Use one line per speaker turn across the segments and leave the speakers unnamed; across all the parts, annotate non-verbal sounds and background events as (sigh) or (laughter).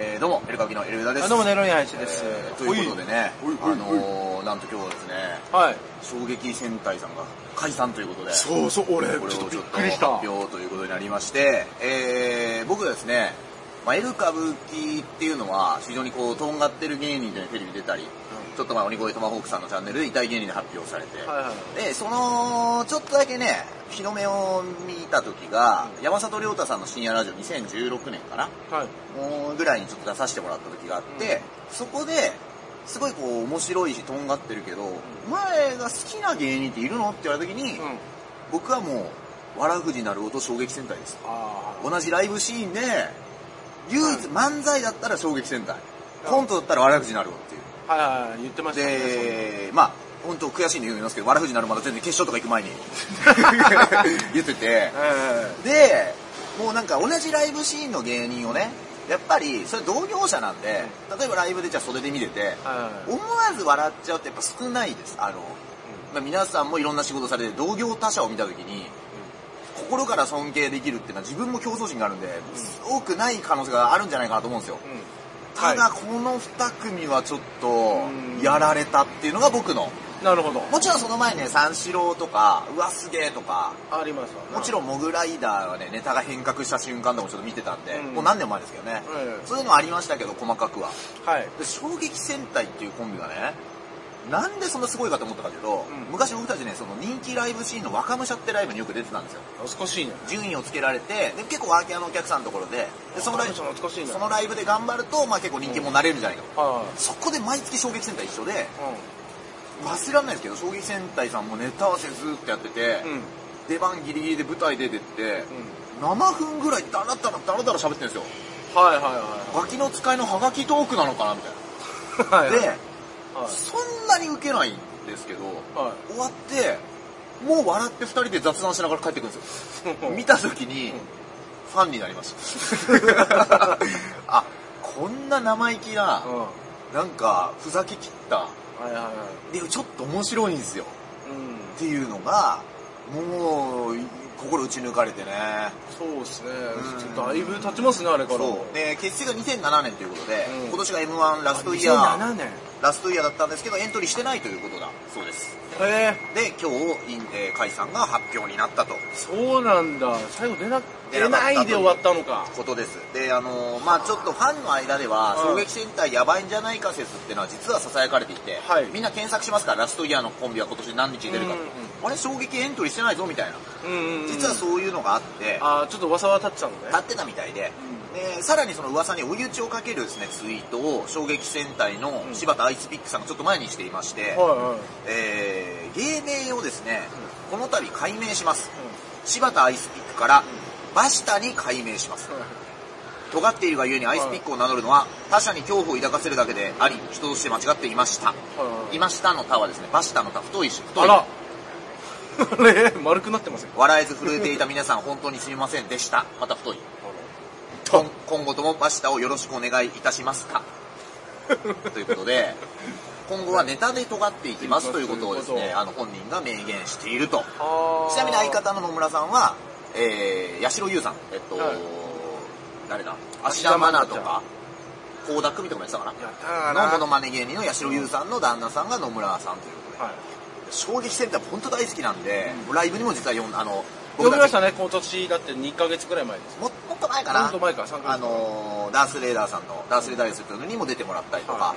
えーどうも、エルカキのエルウダです。
あどうもネロニハイチです。
ということでね、
ほい
あのー、なんと今日はですね、
はい。
衝撃戦隊さんが解散ということで、
そうそう、俺
これをちょっと発表ということになりまして、えー、僕はですね、まあ、エル歌舞伎っていうのは、非常にこう、とんがってる芸人でテレビ出たり、ちょっと前、鬼越トマホークさんのチャンネルで痛い芸人で発表されて、
はいは
で、その、ちょっとだけね、日の目を見た時が、山里亮太さんの深夜ラジオ2016年かな、
い。はい。
ぐらいにちょっと出させてもらった時があって、そこですごいこう面白いしとんがってるけど、お前が好きな芸人っているのって言われた時に、
うん。
僕はもう、わらふじなる音衝撃戦隊です。
あ
同じライブシーンで、唯一
う
漫才だったら衝撃戦隊、
うん
コントだったらわらふじなるっていう。
あ。はいはい。言ってましたね。
で、まあ、本当悔しいの言いますけど、わらふじなるまだ全然決勝とか行く前に
(laughs)
言ってて
そ、んなえ
でもうなんか同じライブシーンの芸人をねやっぱりそれ同業者なんで例えばライブでじゃあ袖で見てて
えはい。
思わず笑っちゃうってやっぱ少ないですあの、まあ、皆さんもいろんな仕事されて同業他社を見た時に心から尊敬できるっていうのは自分も競争心があるんで、多くない可能性があるんじゃないかなと思うんですよ、
うん。
ただ
は
この2組はちょっ
ん
とやられたっていうのが僕の
いなるほど。
もちろんその前ね三四郎とかうわすげえとか
ありますわな
もちろんモグライダーはね、ネタが変革した瞬間でもちょっと見てたんで、
うん
もう何年も前ですけどね、
ええ
そういうのはありましたけど、細かくは。
はい。
で衝撃戦隊っていうコンビがね、なんでそんなすごいかと思ったかというと、
うん
昔僕たちね、その人気ライブシーンの若武者ってライブによく出てたんですよ。
懐かしいね。
順位をつけられて、で結構ワーキャーのお客さんのところで、でそのライブ
若武者懐かしいね
そのライブで頑張ると、まあ結構人気もなれるじゃないかと。
は
そこで毎月衝撃戦隊一緒で、
い。
忘れられないですけど、衝撃戦隊さんもネタ合わせずーっとやってて、
うん。うん。
出番ギリギリで舞台出てって、7分ぐらいだらだらだらだら喋ってるんですよ
はいはい
ガキの使いのハガキトークなのかなみたい
はい。はい。
なで、
はい。
そんなにウケないんですけど
は
終わってもう笑って2人で雑談しながら帰ってくるんですよ
い。
見た時に
うん
ファンになりました
(laughs)
あこんな生意気な
うん。は
なんかふざけきった
いはいは
でちょっと面白いんですよ
い。うん。
っていうのがもう心打ち抜かれてね
そうですね
ん。
だいぶ経ちますね、あれから。
そう。で、結成が2007年ということで、
うん
今年が M1 ラストイヤー、
2007年。
ラストイヤーだったんですけど、エントリーしてないということだそうです。
ええ。
で、今日、いんえー解散が発表になったという
そうなんだ。最後出な、
出な
出
かったと
ないで終わったのか。
ことです。で、あのーまあちょっとファンの間では、
う
衝
ん
撃戦隊やばいんじゃないか説っていうのは実は囁かれていて、
はい
みんな検索しますから、ラストイヤーのコンビは今年何日に出るかって
うんうん
あれ、衝撃エントリーしてないぞみたいな。
うんうんうん。
実はそういうのがあって、
あーちょっと噂は立ってたのね。
立ってたみたいで、でさらにその噂に追い打ちをかけるですねツイートを衝撃戦隊の
うん
柴田アイスピックさんがちょっと前にしていまして、
は
えー芸名をですね、この度改名します
いはい。
柴田アイスピックから、バシタに改名します
うん。
尖っているがゆえにアイスピックを名乗るのは他者に恐怖を抱かせるだけであり人として間違っていました、
はい
いましたの他はですねバシタの他太いし太
あ
い
ら (laughs) あれ丸くなってますよ。
笑えず震えていた皆さん本当にすみませんでしたまた太い今今後ともバシタをよろしくお願いいたします
(laughs)
かということで今後はネタで尖っていきますということをです
という
ね
こと
あの本人が明言していると
あー
ちなみに相方の野村さんは、えー、八代優さんえっと、
はい
誰だ芦
芦
田愛
田愛
菜
菜
と
と
か
か
倖田來未とかもやってたか
やったー
なのモノ
は
マネ芸人の八代優さんの旦那さんが野村さんということで、衝撃戦隊本当大好きなんで、ライブにも実は呼んあの
い。呼びま
た
し
ち
たね、今年だって2ヶ月くらい前です。
ももっと前かな
もっと前か3ヶ月
あのーダース・レーダーさんのダース・レーダースというのにも出てもらったりとか
は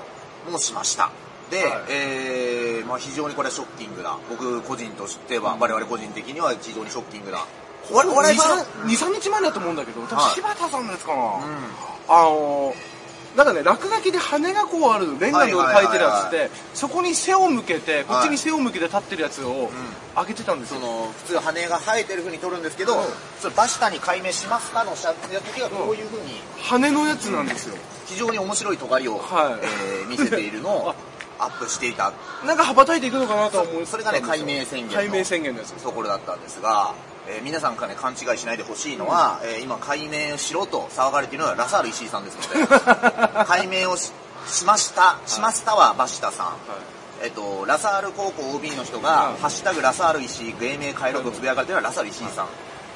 もしましたで、
はい
えーまあ、非常にこれはショッキングな僕個人としては、我々個人的には非常にショッキングな我々
2、
は
3 2 3日前だと思うんだけど、
はい
私柴田さんのやつかな。
うん
あのー、なんかね、落書きで羽がこうある、レンガの
はいはいはいはい
描いてるやつで、そこに背を向けて、こっちに背を向けて立ってるやつを上げてたんで
そ
すよ。
の普通羽が生えてる風に撮るんですけど、
うん
それバシタに解明しますかのシャツやった時はこういう風に
羽のやつなんですよ。
非常に面白い尖りを、
はい
えー見せているのをアップしていた
なんか羽ばたいていくのかなとは思う
それがね解明宣言の
解明宣言のやつです
ところだったんですが、えー皆さんからね、勘違いしないでほしいのは、えー今解明しろと騒がれているのはラサール石井さんですので、 (laughs) 解明をししました、しましたはバシタさん。えっと、ラサール高校 OB の人が、
はい
ハッシュタグラサール石井、芸名変えろとつぶやかれているのはラサール石井さん。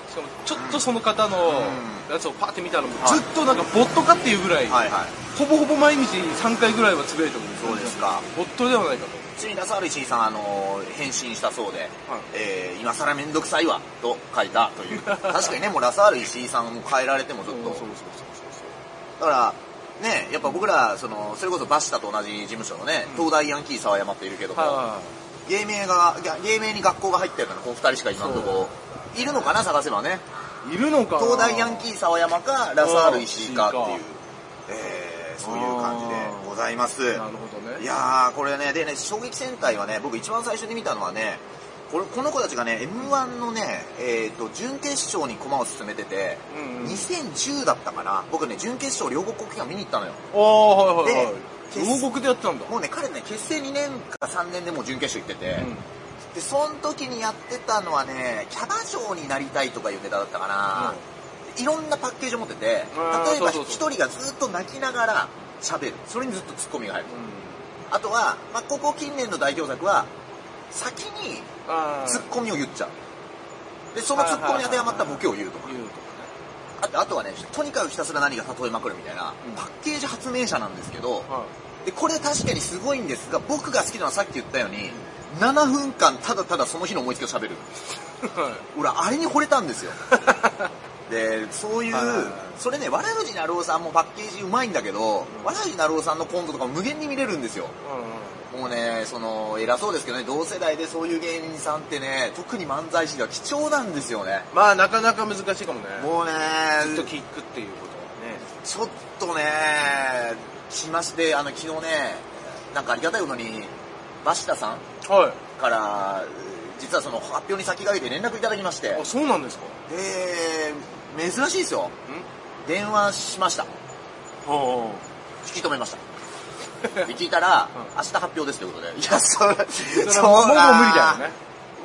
しかもちょっとその方のやつをパッて見たらもう
はい
ずっとなんかボットかっていうぐらい、
はいはい
ほぼほぼ毎日3回ぐらいはつぶやいても
そうですか
ボットではないかと
ついに出沢る石井さん、あのー返信したそうで、えー今更めんどくさいわ、と書いたという。確かにね、もうラサール石井さんも変えられてもずっ
そう
と。
そうそう
だから、ね、やっぱ僕ら、その、それこそバシタと同じ事務所のね、東大ヤンキー沢山っているけども、
は
芸名が、が芸名に学校が入ってるから、こう二人しか今のとこ、いるのかな、探せばね。
い、いるのかな
東大ヤンキー沢山か、ラサール石井かって
う
い
ん
う、えーそういう感じでございます。
なるほどね
いやー、これね、でね、衝撃戦隊はね、僕一番最初に見たのはね、これこの子たちがね、M1 のね、えっ、と、準決勝に駒を進めてて、
うんうん
2010だったかな。僕ね、準決勝両国国旗が見に行ったのよ。
ああはいはいは
で
い王国でやってたんだ
もうね、彼ね、結成2年か3年でもう準決勝行ってて、で、その時にやってたのはね、キャバ嬢になりたいとかいうネタだったかな。いろんなパッケージを持ってて、例え
あーそ
ば
うそうそう
一人がずっと泣きながら喋る。それにずっとツッコミが入る。
うん、うん、
あとは、まあ、ここ近年の代表作は、先に
ああ
ツッコミを言っちゃう。で、そのツッコミに当てはまったボケを言うとか。
言う
あ
とか
とあとはね、とにかくひたすら何が例えまくるみたいな
うん、
パッケージ発明者なんですけど
ね、はい
で、これ確かにすごいんですが、僕が好きなのはさっき言ったように、7分間ただただその日の思いつきを喋る。
は
俺、あれに惚れたんですよ。で、そういう
はいはいはい、
それね、わらふじなるおさんもパッケージうまいんだけど、わらふじなるおさんのコントとかも無限に見れるんですよ。
い
もうね、その、偉そうですけどね、同世代でそういう芸人さんってね、特に漫才師では貴重なんですよね。
(laughs) まあなかなか難しいかもね
もうね、
ずっとキックっていうことはね
ちょっとね、来まして、あの、昨日ね、なんかありがたいことに、バシタさん
は
から、実はその発表に先駆けて連絡いただきまして
いあ、そうなんですか
で、珍しいですよ。
うん
電話しました。
は
引き止めま
(laughs)
した。で聞いたら、
うん
明日発表ですということで。いや、それ、
あそれはもうもう無理だよね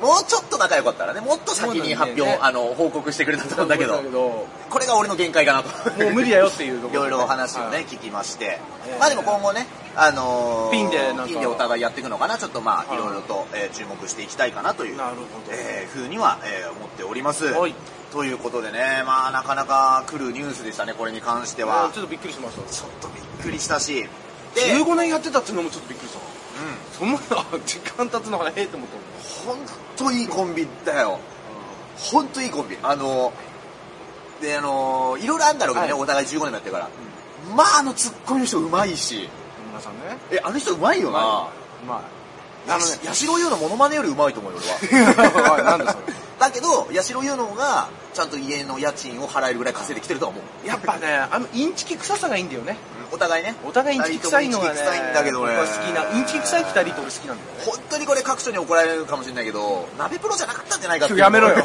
もうちょっと仲良かったらね、もっと先に発表、
そうだよね
あの、報告してくれたと思うんだけど、
も
これが俺の限界か
(laughs)
なと。
う無理だよっていうところ
いろいろお話をね、
はい
聞きまして
え。え
まあでも今後ね、あのー
ピンでなんか
ピンでお互いやっていくのかな、ちょっとまあ、い
はい
ろいろと、えー注目していきたいかなという、
なるほど
えーふうには、えー思っております。
はい
ということでね、まあなかなか来るニュースでしたね、これに関して
あ
は
ーち。ょっとびっくりしました
ちょっとびっくりしたし、で、うん、
15年やってたっていうのもちょっとびっくりしたそんなの時間経つのがねえって思ったもん
ほんといいコンビだよ。ほんといいコンビ。あのー、で、あのー、いろいろあるんだろうけどね、
はい
お互い15年やってるから。まああのツッコミの人うまいし、
皆さんね
え、あの人うまいよな。
うまい
あのね、八代優のモノマネよりうまいと思うよ、俺は。
おいなんだそ
(laughs)
れ
だけど、八代優の方が、ちゃんと家の家賃を払えるぐらい稼いできてるとは思う。
やっぱねあのインチキ臭さがいいんだよね
お互いね。
お互いインチキ臭いのが
二
ね
人ともインチキ臭いんだけどね。
僕は好きなインチキ臭い二人と俺好きなんだよね
本当にこれ各所に怒られるかもしれないけど、鍋プロじゃなかったんじゃないかっていう。
やめ
(laughs)
ろよ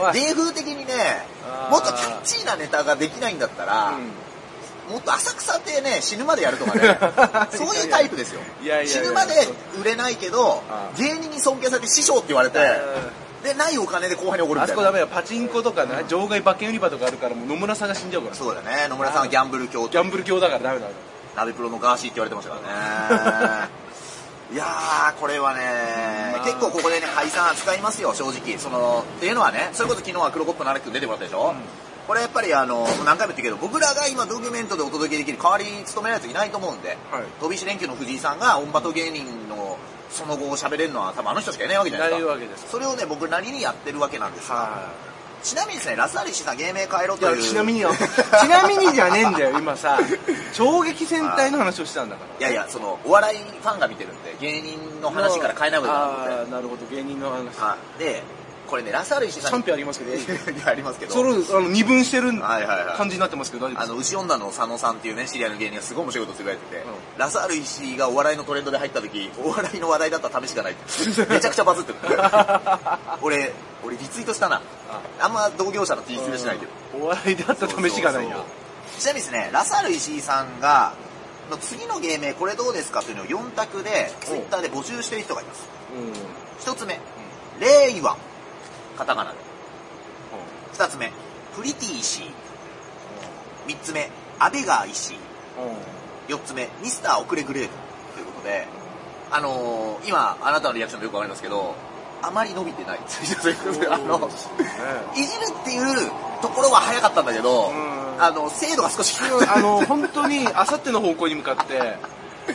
おい
芸風的にね
あ、ー、
もっとキャッチーなネタができないんだったら、もっと浅草でね、死ぬまでやるとかね
(laughs)
そういうタイプですよ。
いやいやいや
死ぬまで売れないけど
あ、ー
芸人に尊敬されて師匠って言われて、で、ないお金で後輩に怒るみ
あ
た
そ
い
こ
な
ダ。メよパチンコとかね場外馬券売り場とかあるからもう野村さんが死んじゃうから
そうだね、野村さんはギャンブル教
ギャンブル教だからダメだよ
ナベプロのガーシーって言われてましたか
(laughs)
らね。いやー、これはね、
まあ
結構ここでね、解散扱いますよ、正直。その、っていうのはね、それこそ昨日は黒コップの荒木くん出てもらったでしょ、
うん
これやっぱりあの、何回も言ってるけど、僕らが今ドキュメントでお届けできる代わりに務められていないと思うんで、
はい
飛び石連休の藤井さんがオンバト芸人のその後を喋れるのは多分あの人しかいないわけじゃないで
い
す
ない
か。
わけです
それをね、僕なりにやってるわけなんですが、
は
ちなみにですね、ラスアリシさん芸名変えろ
い
と
や
いう。
ちなみによちなみにじゃねえんだよ今さ衝撃戦隊の話をしてたんだから
いやいや、その、お笑いファンが見てるんで、芸人の話から変えないことだなと思って。
ああーなるほど芸人の話
はい。で、これね、ラサール石井さん。
賛否ありますけど
い (laughs) やありますけど。
それあの二分してる
はいはいはい
感じになってますけど大丈夫
あ
です
の、牛女の佐野さんっていうね、知り合いの芸人がすごい面白いことつぶやいてて、
ん
ラサール石井がお笑いのトレンドで入った時、お笑いの話題だったら試しがないって。
(laughs)
めちゃくちゃバズってる。俺、俺リツイートしたな。あんま同業者の T シャツしないけど。
うんお笑いであった試しがないな
そうそうそうちなみにですね、ラサール石井さんが、の次の芸名これどうですかというのを4択で、
お
ツイッターで募集してる人がいます。
うん
1つ目、令和。カタカナで。2つ目、プリティ石井。3つ目、アベガー石井。
うん
4つ目、ミスター遅れグレード。ということで、あのー、今、あなたのリアクションでよくわかりますけど、あまり伸びてない。 (laughs) あの、いじるっていうところは早かったんだけど、
ん
あの、精度が少し低い。
あの、本当に、あさっての方向に向かって、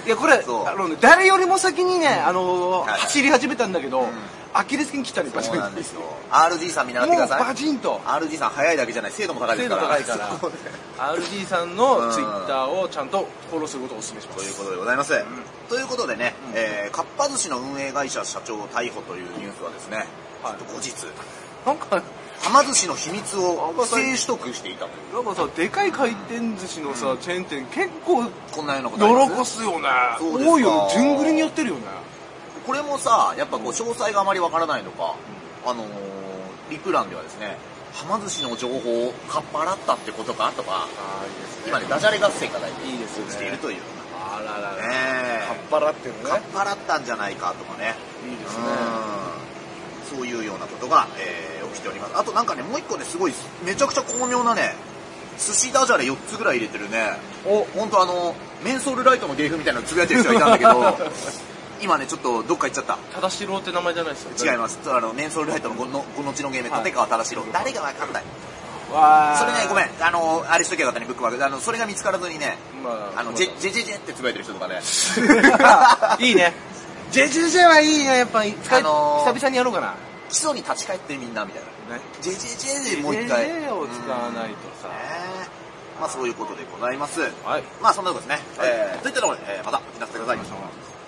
いや、これ、
そう
あのね誰よりも先にね、あの、
はい
走り始めたんだけど、アキレス腱来たね、バチ
そ
バ
う
チ
なんですよ。RG さん見習ってくだ
もうバ
さい。
チンと。
RG さん早いだけじゃない、精度も高いです
精度
から。
高いから
そうね、
RG さんのツイッターをちゃんとフォローすることをお勧めしま
という
す。
ことでございます。ということでね、えー、かっぱ寿司の運営会社社長逮捕というニュースはですね、ちょ
はい
っと後日、
なんか、
はま寿司の秘密を不正取得していたという、
なんかさ、でかい回転寿司のさ、チェーン店結構、
こんなようなことあります
喜すよね。
そうですか
多いよね。順繰りにやってるよね。
これもさ、やっぱこう詳細があまりわからないのか、あのー、リプランではですね、はま寿司の情報をかっぱらったってことかとか、
ああ、いいです
今ね、ダジャレ合戦が大
いいですよね
しているというよう
あらら
な。
ら。
ね
かっぱらってる
え
ね
かっ。ぱらったんじゃないかとかね。
いいですね。
うんそういうようなことが、えー起きております。あとなんかね、もう一個ね、すごい、めちゃくちゃ巧妙なね、寿司ダジャレ4つぐらい入れてるね、
お、
本当あの、メンソールライトの芸風みたいなのつぶやいてる人がいたんだけど、今ね、ちょっとどっか行っちゃった。
ただしろうって名前じゃないですよね。
違います。あの、メンソールライトのこの、このちの芸名、
はい
立川忠四郎。誰がわかんない。
わー
それね、ごめん。あの、あれしときゃよかったね、ブックマーク。あの、それが見つからずにね、
まあ、
あの、ジェ、ジェジェジェってつぶやいてる人とかね。 (laughs)
いいね。 (laughs) ジェジェジェはいいね、やっぱ、一回
あのー
久々にやろうかな。
基礎に立ち返ってみんな、みたいな。
ね。
ジェジェジェでもう一回。
ジェジェジェを使わないとさ
うんねまあそういうことでございます。
はい。
まあそんなとこですね。
はい
えーといったところで、えーまたお聞きなさってください。